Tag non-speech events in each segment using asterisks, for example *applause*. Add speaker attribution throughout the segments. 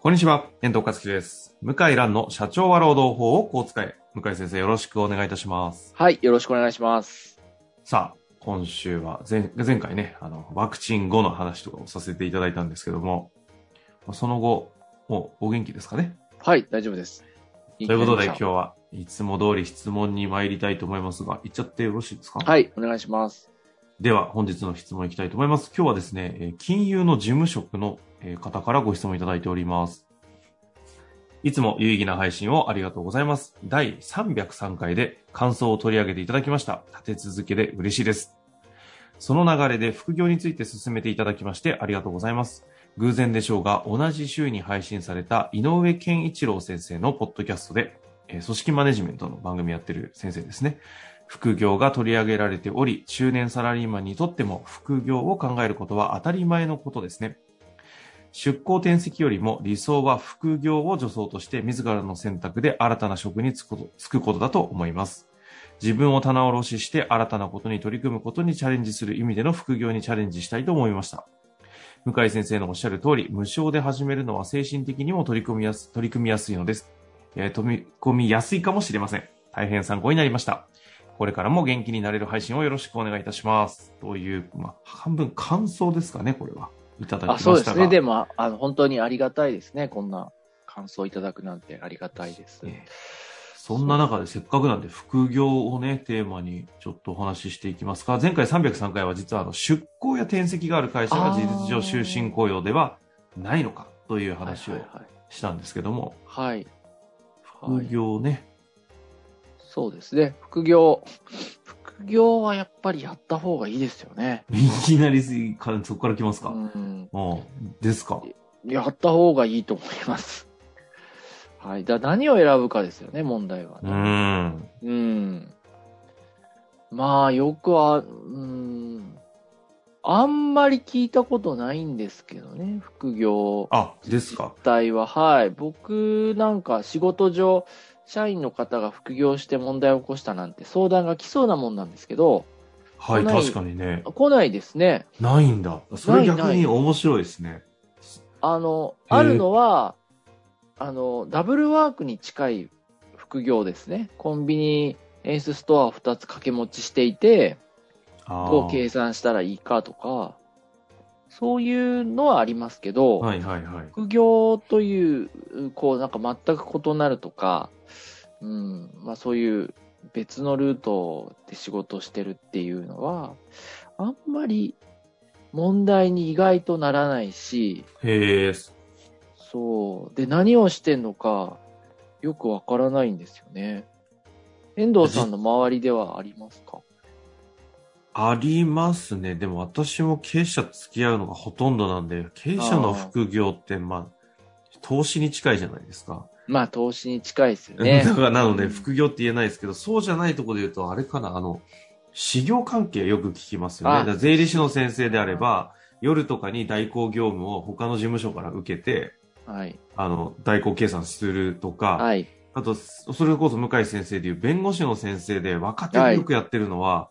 Speaker 1: こんにちは、遠藤和樹です。向井蘭の社長は労働法をこう使え。向井先生、よろしくお願いいたします。
Speaker 2: はい、よろしくお願いします。
Speaker 1: さあ、今週は前、前回ね、あの、ワクチン後の話とかをさせていただいたんですけども、まあその後、もうお元気ですかね。
Speaker 2: はい、大丈夫です。
Speaker 1: ということで、今
Speaker 2: 元気
Speaker 1: 日はいつも通り質問に参りたいと思いますが、行っちゃってよろしいですか
Speaker 2: なはい、お願いします。
Speaker 1: では、本日の質問いきたいと思います。今日はですね、えー金融の事務職のえー方からご質問いただいております。いつも有意義な配信をありがとうございます。第303回で感想を取り上げていただきました。立て続けで嬉しいです。その流れで副業について進めていただきましてありがとうございます。偶然でしょうが、同じ週に配信された井上健一郎先生のポッドキャストで、えー組織マネジメントの番組やってる先生ですね。副業が取り上げられており、中年サラリーマンにとっても副業を考えることは当たり前のことですね。出向転籍よりも理想は副業を助走として自らの選択で新たな職に就くこと就くことだと思います。自分を棚卸しして新たなことに取り組むことにチャレンジする意味での副業にチャレンジしたいと思いました。向井先生のおっしゃる通り、無償で始めるのは精神的にも取り組みやす取り組みやすいのです。えー、取り込みやすいかもしれません。大変参考になりました。これからも元気になれる配信をよろしくお願いいたします。という、まあ、半分感想ですかね、これは。いただきま
Speaker 2: あ、
Speaker 1: した
Speaker 2: そう
Speaker 1: が。
Speaker 2: ですね。でも、あの、本当にありがたいですね。こんな感想いただくなんてありがたいです。
Speaker 1: ええそんな中でせっかくなんで副業をね、テーマにちょっとお話ししていきますが、前回303回は実はあの出向や転籍がある会社が
Speaker 2: あ
Speaker 1: 事
Speaker 2: ー
Speaker 1: 実上終身雇用ではないのかという
Speaker 2: はい
Speaker 1: 話
Speaker 2: はい
Speaker 1: をしたんですけども、
Speaker 2: はい。はい。
Speaker 1: 副業ね、
Speaker 2: そうですね。副業。副業はやっぱりやった方がいいですよね。
Speaker 1: いきなりすいかそこから来ます
Speaker 2: う
Speaker 1: か。
Speaker 2: ん。
Speaker 1: うん、ですか。
Speaker 2: やった方がいいと思います。はい。だ何を選ぶかですよね、問題は
Speaker 1: う
Speaker 2: ね。
Speaker 1: ん。
Speaker 2: うん。まあ、よくは、うん。あんまり聞いたことないんですけどね、副業
Speaker 1: あ、ですか
Speaker 2: 自。体は。はい。僕なんか仕事上、社員の方が副業して問題を起こしたなんて相談が来そうなもんなんですけど、
Speaker 1: はい、
Speaker 2: ない
Speaker 1: 確かにね。
Speaker 2: 来ないですね。
Speaker 1: ないんだ。それ
Speaker 2: な
Speaker 1: 逆
Speaker 2: いない
Speaker 1: に面白いですね。
Speaker 2: あの、
Speaker 1: へえ
Speaker 2: あるのは、あの、ダブルワークに近い副業ですね。コンビニ、エンスストアを2つ掛け持ちしていて、
Speaker 1: あ
Speaker 2: どう
Speaker 1: ー
Speaker 2: 計算したらいいかとか、そういうのはありますけど、
Speaker 1: はいはいはい。
Speaker 2: 副業という、こう、なんか全く異なるとか、うん、まあそういう別のルートで仕事をしてるっていうのは、あんまり問題に意外とならないし、
Speaker 1: へえ、
Speaker 2: そう、で、何をしてんのか、よくわからないんですよね。遠藤さんの周りではありますか
Speaker 1: ありますね。でも私も経営者と付き合うのがほとんどなんで、経営者の副業って、まあ、投資に近いじゃないですか。
Speaker 2: まあ投資に近いですよね。
Speaker 1: *laughs* だからなので、
Speaker 2: うん
Speaker 1: 副業って言えないですけど、そうじゃないところで言うと、あれかな、あの、事業関係よく聞きますよね。
Speaker 2: あ
Speaker 1: だから税理士の先生であれば、夜とかに代行業務を他の事務所から受けて、
Speaker 2: はい。
Speaker 1: あの、代行計算するとか、
Speaker 2: はい。
Speaker 1: あと、そそれこそ向井先生でいう弁護士の先生で若手がよくやってるのは、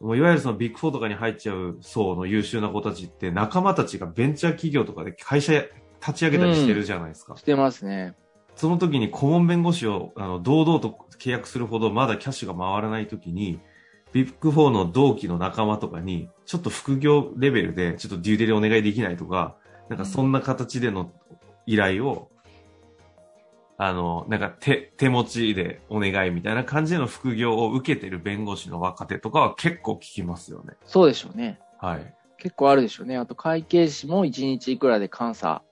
Speaker 1: い、もういわゆるそのビッグフォーとかに入っちゃう層の優秀な子たちって仲間たちがベンチャー企業とかで会社立ち上げたりしてるじゃないですか。
Speaker 2: してますね。
Speaker 1: その時に顧問弁護士をあの堂々と契約するほどまだキャッシュが回らない時に、ビッグフォーの同期の仲間とかに、ちょっと副業レベルでちょっとデューデリお願いできないとか、なんかそんな形での依頼を、あの、なんか手、手持ちでお願いみたいな感じでの副業を受けてる弁護士の若手とかは結構聞きますよね。
Speaker 2: そうでしょうね。
Speaker 1: はい。
Speaker 2: 結構あるでしょうね。あと会計士も1日いくらで監査、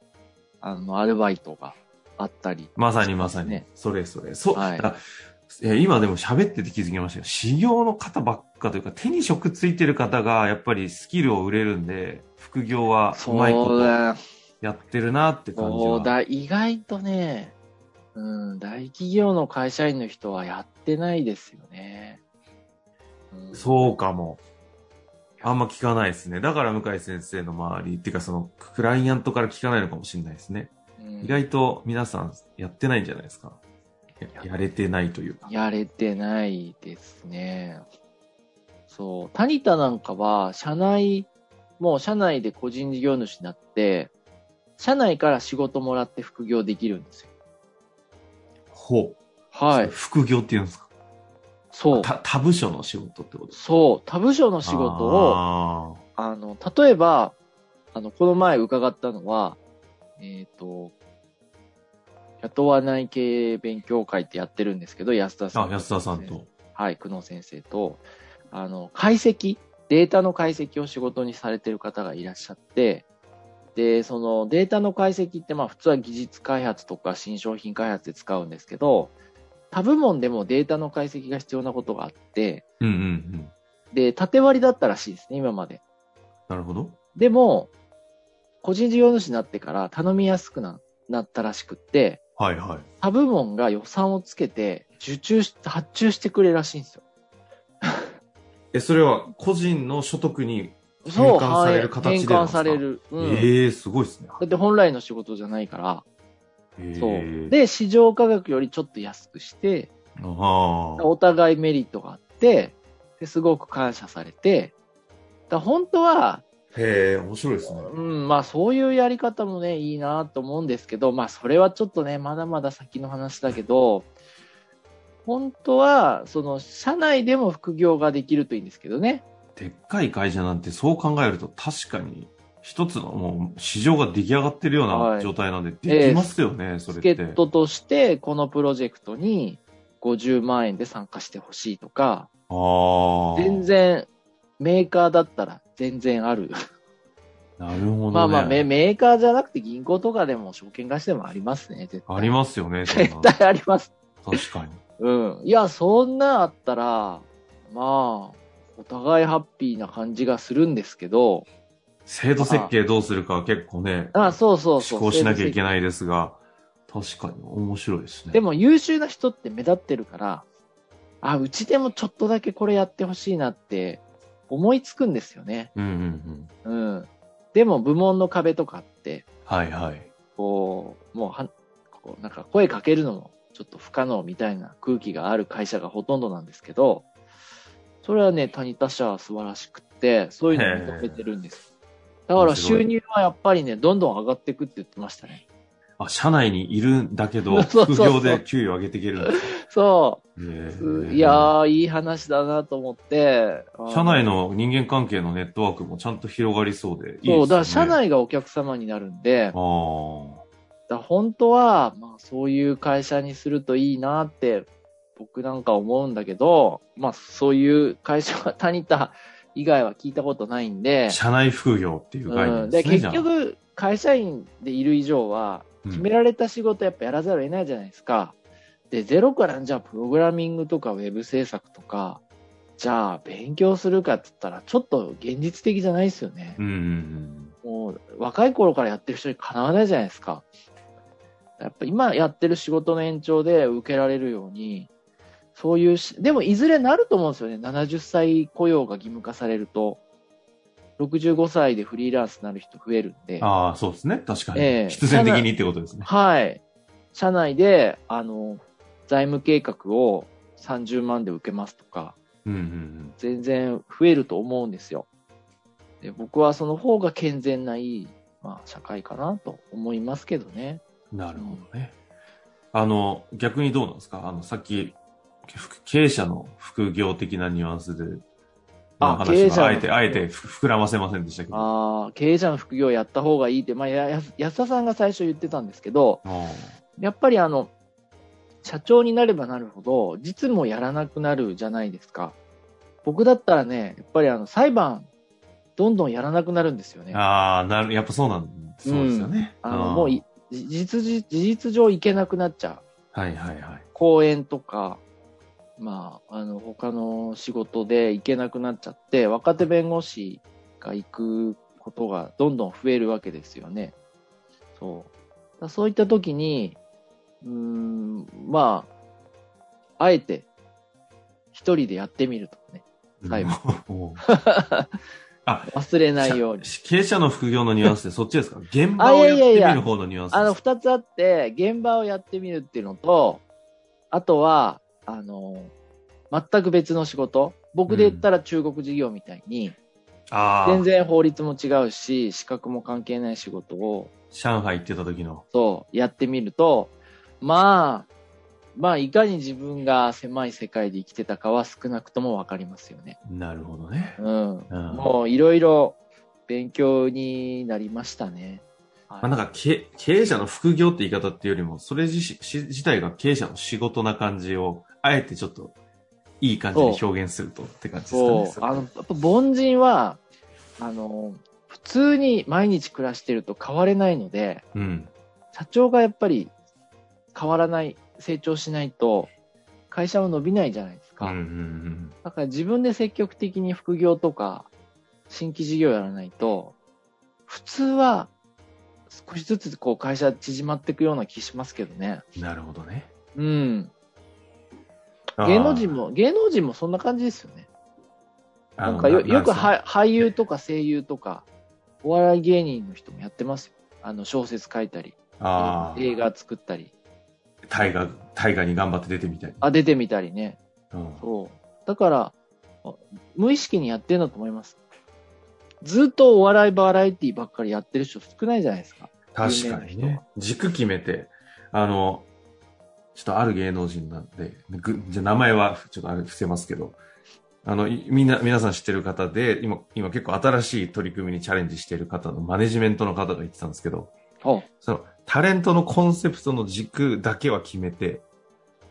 Speaker 2: あの、アルバイトがあったり。
Speaker 1: まさにまさに。
Speaker 2: ね
Speaker 1: それそれ。そう。
Speaker 2: はい
Speaker 1: だからえー今でも喋ってて気づきましたよ。修行の方ばっかというか、手に職ついてる方がやっぱりスキルを売れるんで、副業はうまいこ
Speaker 2: そう
Speaker 1: と
Speaker 2: だ、
Speaker 1: やってるなって感じ
Speaker 2: そう
Speaker 1: は。
Speaker 2: だ、意外とね、うん、大企業の会社員の人はやってないですよね。うん
Speaker 1: そうかも。あんま聞かないですね。だから向井先生の周り、っていうかそのクライアントから聞かないのかもしれないですね。
Speaker 2: うん
Speaker 1: 意外と皆さんやってないんじゃないですか。ややれてないというか。
Speaker 2: やれてないですね。そう。タニタなんかは、社内、もう社内で個人事業主になって、社内から仕事もらって副業できるんですよ。
Speaker 1: ほう。
Speaker 2: はい。
Speaker 1: 副業っていうんですか。
Speaker 2: そう。
Speaker 1: た他部署の仕事ってことですか
Speaker 2: そう。他部署の仕事を、
Speaker 1: を。
Speaker 2: あの、例えば、あの、この前伺ったのは、えっ、と、雇わない系勉強会ってやってるんですけど、安田さ
Speaker 1: あ
Speaker 2: ん。
Speaker 1: 安田さん。と。
Speaker 2: はい、久能先生と、あの、解析、データの解析を仕事にされてる方がいらっしゃって、で、そのデータの解析って、まあ普通は技術開発とか新商品開発で使うんですけど、他部門でもデータの解析が必要なことがあって、
Speaker 1: うんうんうん。
Speaker 2: で、縦割りだったらしいですね、今まで。
Speaker 1: なるほど。
Speaker 2: でも、個人事業主になってから頼みやすくななったらしくって、
Speaker 1: はいはい。
Speaker 2: 他部門が予算をつけて、受注し、発注してくれるらしいんですよ。
Speaker 1: え、それは個人の所得に、
Speaker 2: そ
Speaker 1: 変
Speaker 2: う、
Speaker 1: 換される
Speaker 2: 反
Speaker 1: 形でなん
Speaker 2: 映
Speaker 1: です
Speaker 2: 変
Speaker 1: か
Speaker 2: 換される。うん
Speaker 1: ええすごいですね。
Speaker 2: だって本来の仕事じゃないから、
Speaker 1: ええ
Speaker 2: そう。で、市場価格よりちょっと安くして、
Speaker 1: ああ。
Speaker 2: お互いメリットがあって、ですごく感謝されて、だから本当は、
Speaker 1: へえ、面白いですね。
Speaker 2: うん、まあそういうやり方もね、いいなと思うんですけど、まあそれはちょっとね、まだまだ先の話だけど、本当は、その、社内でも副業ができるといいんですけどね。
Speaker 1: でっかい会社なんてそう考えると確かに一つのもう市場が出来上がってるよう
Speaker 2: は
Speaker 1: ない状態なんで
Speaker 2: ええ
Speaker 1: できますよね、それ
Speaker 2: チ
Speaker 1: っ
Speaker 2: ケ
Speaker 1: て。
Speaker 2: ットとして、このプロジェクトに50万円で参加してほしいとか、
Speaker 1: ああ。
Speaker 2: 全。然、メーカーだったら全然ある。
Speaker 1: なるほど、ね。
Speaker 2: まあまあメ、メーカーじゃなくて銀行とかでも証券会社でもありますね、絶対。
Speaker 1: ありますよね、そん
Speaker 2: *laughs* 絶
Speaker 1: な。
Speaker 2: 対あります。
Speaker 1: 確かに。
Speaker 2: うん。いや、そんなんあったら、まあ、お互いハッピーな感じがするんですけど、
Speaker 1: 制度設計どうするかは結構ね、
Speaker 2: あそうそうそ
Speaker 1: 思
Speaker 2: う。。
Speaker 1: 考しなきゃいけないいですが、確かに面白いですね。
Speaker 2: でも優秀な人って目立ってるから、あ、うちでもちょっとだけこれやってほしいなって思いつくんですよね。
Speaker 1: うんうんうん。
Speaker 2: うん。でも部門の壁とかあって、
Speaker 1: はいはい。
Speaker 2: こう、もうは、こうなんか声かけるのもちょっと不可能みたいな空気がある会社がほとんどなんですけど、それはね、谷田社は素晴らしくって、そういうのを認めてるんです。だから
Speaker 1: 面白い
Speaker 2: 収入はやっぱりね、どんどん上がっていくって言ってましたね。
Speaker 1: あ、社内にいるんだけど、
Speaker 2: *laughs* そう
Speaker 1: 副
Speaker 2: そうそう
Speaker 1: 業で給与上げていけるんです
Speaker 2: そ
Speaker 1: ね
Speaker 2: う。いやー、いい話だなと思って。
Speaker 1: 社内
Speaker 2: の
Speaker 1: の人間関係のネットワークもちゃんと広がりそうでいいですね。
Speaker 2: そう、だから社内がお客様になるんで、
Speaker 1: あ
Speaker 2: だから本当は、まあ、そういう会社にするといいなって、僕なんか思うんだけど、まあ、そういう会社は谷田以外は聞いたことないんで
Speaker 1: あ。、社内副業っていう概
Speaker 2: う
Speaker 1: 念
Speaker 2: ん、
Speaker 1: で
Speaker 2: です
Speaker 1: ね。
Speaker 2: 結局、会社員でいる以上は、
Speaker 1: うん
Speaker 2: 決められた仕事やっぱやらざるを得ないじゃないですか。で、ゼロからじゃあプログラミングとかウェブ制作とか、じゃあ勉強するかって言ったら、ちょっと現実的じゃないですよね。
Speaker 1: うんうんうん。
Speaker 2: もう若い頃からやってる人にかなわないじゃないですか。やっぱ今やってる仕事の延長で受けられるように、そういうし、でもいずれなると思うんですよね。70歳雇用が義務化されると、65歳でフリーランスになる人増えるんで、
Speaker 1: ああ、そうですね。確かに。
Speaker 2: ええ
Speaker 1: 必然的にってことですね。
Speaker 2: はい。社内で、あの、財務計画を30万で受けますとか、
Speaker 1: うんうんうん。
Speaker 2: 全然増えると思うんですよ。で僕はその方が健全ないい、まあ、社会かなと思いますけどね。
Speaker 1: なるほどね。あの、逆にどうなんですかあの、さっき、ふ経営者の副業的なニュアンスで、
Speaker 2: あ
Speaker 1: の
Speaker 2: 経営
Speaker 1: 話
Speaker 2: 者の
Speaker 1: はあえて、あえてふ膨らませませんでしたけど。あ
Speaker 2: ああ、経営者の副業やった方がいいって、まあ、やや安田さんが最初言ってたんですけど、
Speaker 1: あ
Speaker 2: やっぱりあの、社長になればなるほど、実務をやらなくなるじゃないですか。僕だったらね、やっぱりあの、裁判、どんどんやらなくなるんですよね。あ
Speaker 1: あー、なる、やっぱそうなん、そうですよね。
Speaker 2: の、
Speaker 1: ん
Speaker 2: もうい、事実、事実上行けなくなっちゃう。
Speaker 1: はいはいはい。
Speaker 2: 公演とか、まあ、あの、他の仕事で行けなくなっちゃって、若手弁護士が行くことがどんどん増えるわけですよね。そう。だそういった時に、うーん、まあ、あえて、一人でやってみるとかね。最後。 *laughs*
Speaker 1: おう
Speaker 2: 忘れないように。
Speaker 1: 経営者の副業のニュアンスでそっちですか現場をやってみる方のニュアンスですか
Speaker 2: あの、二つあって、現場をやってみるっていうのと、あとは、あの、全く別の仕事。僕で言ったら中国事業みたいに、
Speaker 1: あー
Speaker 2: 全然法律も違うし、資格も関係ない仕事を、
Speaker 1: 上海行ってた時の。
Speaker 2: そう、やってみると、まあ、まあ、いかに自分が狭い世界で生きてたかは少なくともわかりますよね。
Speaker 1: なるほどね。
Speaker 2: う
Speaker 1: う
Speaker 2: ん。
Speaker 1: ん
Speaker 2: もう、いろいろ勉強になりましたね。
Speaker 1: まあ、なんかけ経営者の副業って言い方っていうよりも、それ自し自体が経営者の仕事な感じを、あえてちょっといい感じに表現するとって感じですかね
Speaker 2: そう。
Speaker 1: それ。
Speaker 2: あの、やっぱ凡人は、あの、普通に毎日暮らしてると変われないので、
Speaker 1: うん。
Speaker 2: 社長がやっぱり変わらない、成長しないと、会社は伸びないじゃないです
Speaker 1: うん
Speaker 2: か。
Speaker 1: うんうん。
Speaker 2: だから自分で積極的に副業とか、新規事業やらないと、普通は少しずつこう会社縮まっていくような気しますけどね。
Speaker 1: なるほどね。
Speaker 2: うん。
Speaker 1: あー
Speaker 2: 芸能人も、芸能人もそんな感じですよね。
Speaker 1: あ
Speaker 2: な
Speaker 1: の
Speaker 2: んかよ
Speaker 1: な
Speaker 2: よく
Speaker 1: なん
Speaker 2: は俳優とか声優とか、お笑い芸人の人もやってますよ。あの、小説書いたり、
Speaker 1: すかあー
Speaker 2: 映画作ったり、
Speaker 1: 大河、大河に頑張って出てみたい。
Speaker 2: あ、出てみたりね。
Speaker 1: うん
Speaker 2: そう。だから、あ無意識にやってんだと思います。ずっとお笑いバラエティばっかりやってる人少ないじゃないですか。
Speaker 1: 確かに
Speaker 2: 有名な人
Speaker 1: ね。軸決めて、あの、ちょっとある芸能人なんで、ぐじゃあ名前はちょっとあれ伏せますけど、あの、いみんな、皆さん知ってる方で、今、今結構新しい取り組みにチャレンジしてる方のマネジメントの方が言ってたんですけど、
Speaker 2: お
Speaker 1: その、タレントのコンセプトの軸だけは決めて、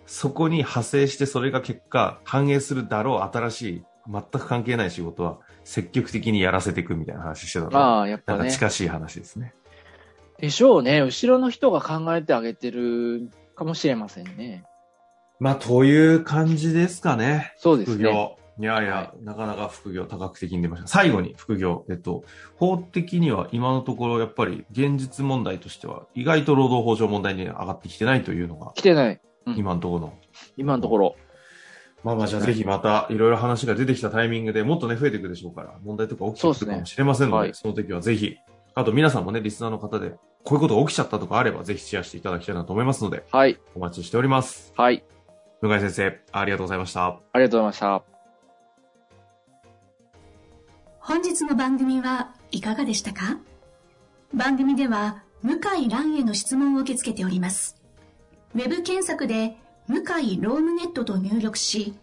Speaker 1: そこに派生してそれが結果反映するだろう新しい、全く関係ない仕事は積極的にやらせていくみたいな話してたので、
Speaker 2: ああ、やっ
Speaker 1: な
Speaker 2: ぱ
Speaker 1: んか
Speaker 2: ね。
Speaker 1: 近しい話ですね。
Speaker 2: でしょうね。後ろの人が考えてあげてるかもしれませんね。
Speaker 1: まあ、という感じですかね。
Speaker 2: そうです
Speaker 1: 副
Speaker 2: ね。
Speaker 1: 業。いやいや、
Speaker 2: は
Speaker 1: なかなか副業多角的に出ました。最後に副業。えっと、法的には今のところやっぱり現実問題としては意外と労働法上問題に上がってきてないというのが
Speaker 2: 来てない。
Speaker 1: 今のところの。
Speaker 2: 今のところ。
Speaker 1: まあまあじゃあぜひまたいろいろ話が出てきたタイミングでもっとね増えていくでしょうから問題とか起きて
Speaker 2: そう
Speaker 1: く
Speaker 2: です
Speaker 1: る
Speaker 2: ね
Speaker 1: かもしれませんので、
Speaker 2: はい
Speaker 1: その時はぜひ、あと皆さんもね、リスナーの方でこういうことが起きちゃったとかあればぜひシェアしていただきたいなと思いますので
Speaker 2: はい。
Speaker 1: お待ちしております。
Speaker 2: はい。
Speaker 1: 向井先生、ありがとうございました。
Speaker 2: ありがとうございました。
Speaker 3: 本日の番組はいかがでしたか番組では向井蘭への質問を受け付けております。ウェブ検索で向井ロームネットと入力し、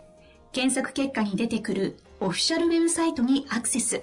Speaker 3: 検索結果に出てくるオフィシャルウェブサイトにアクセス。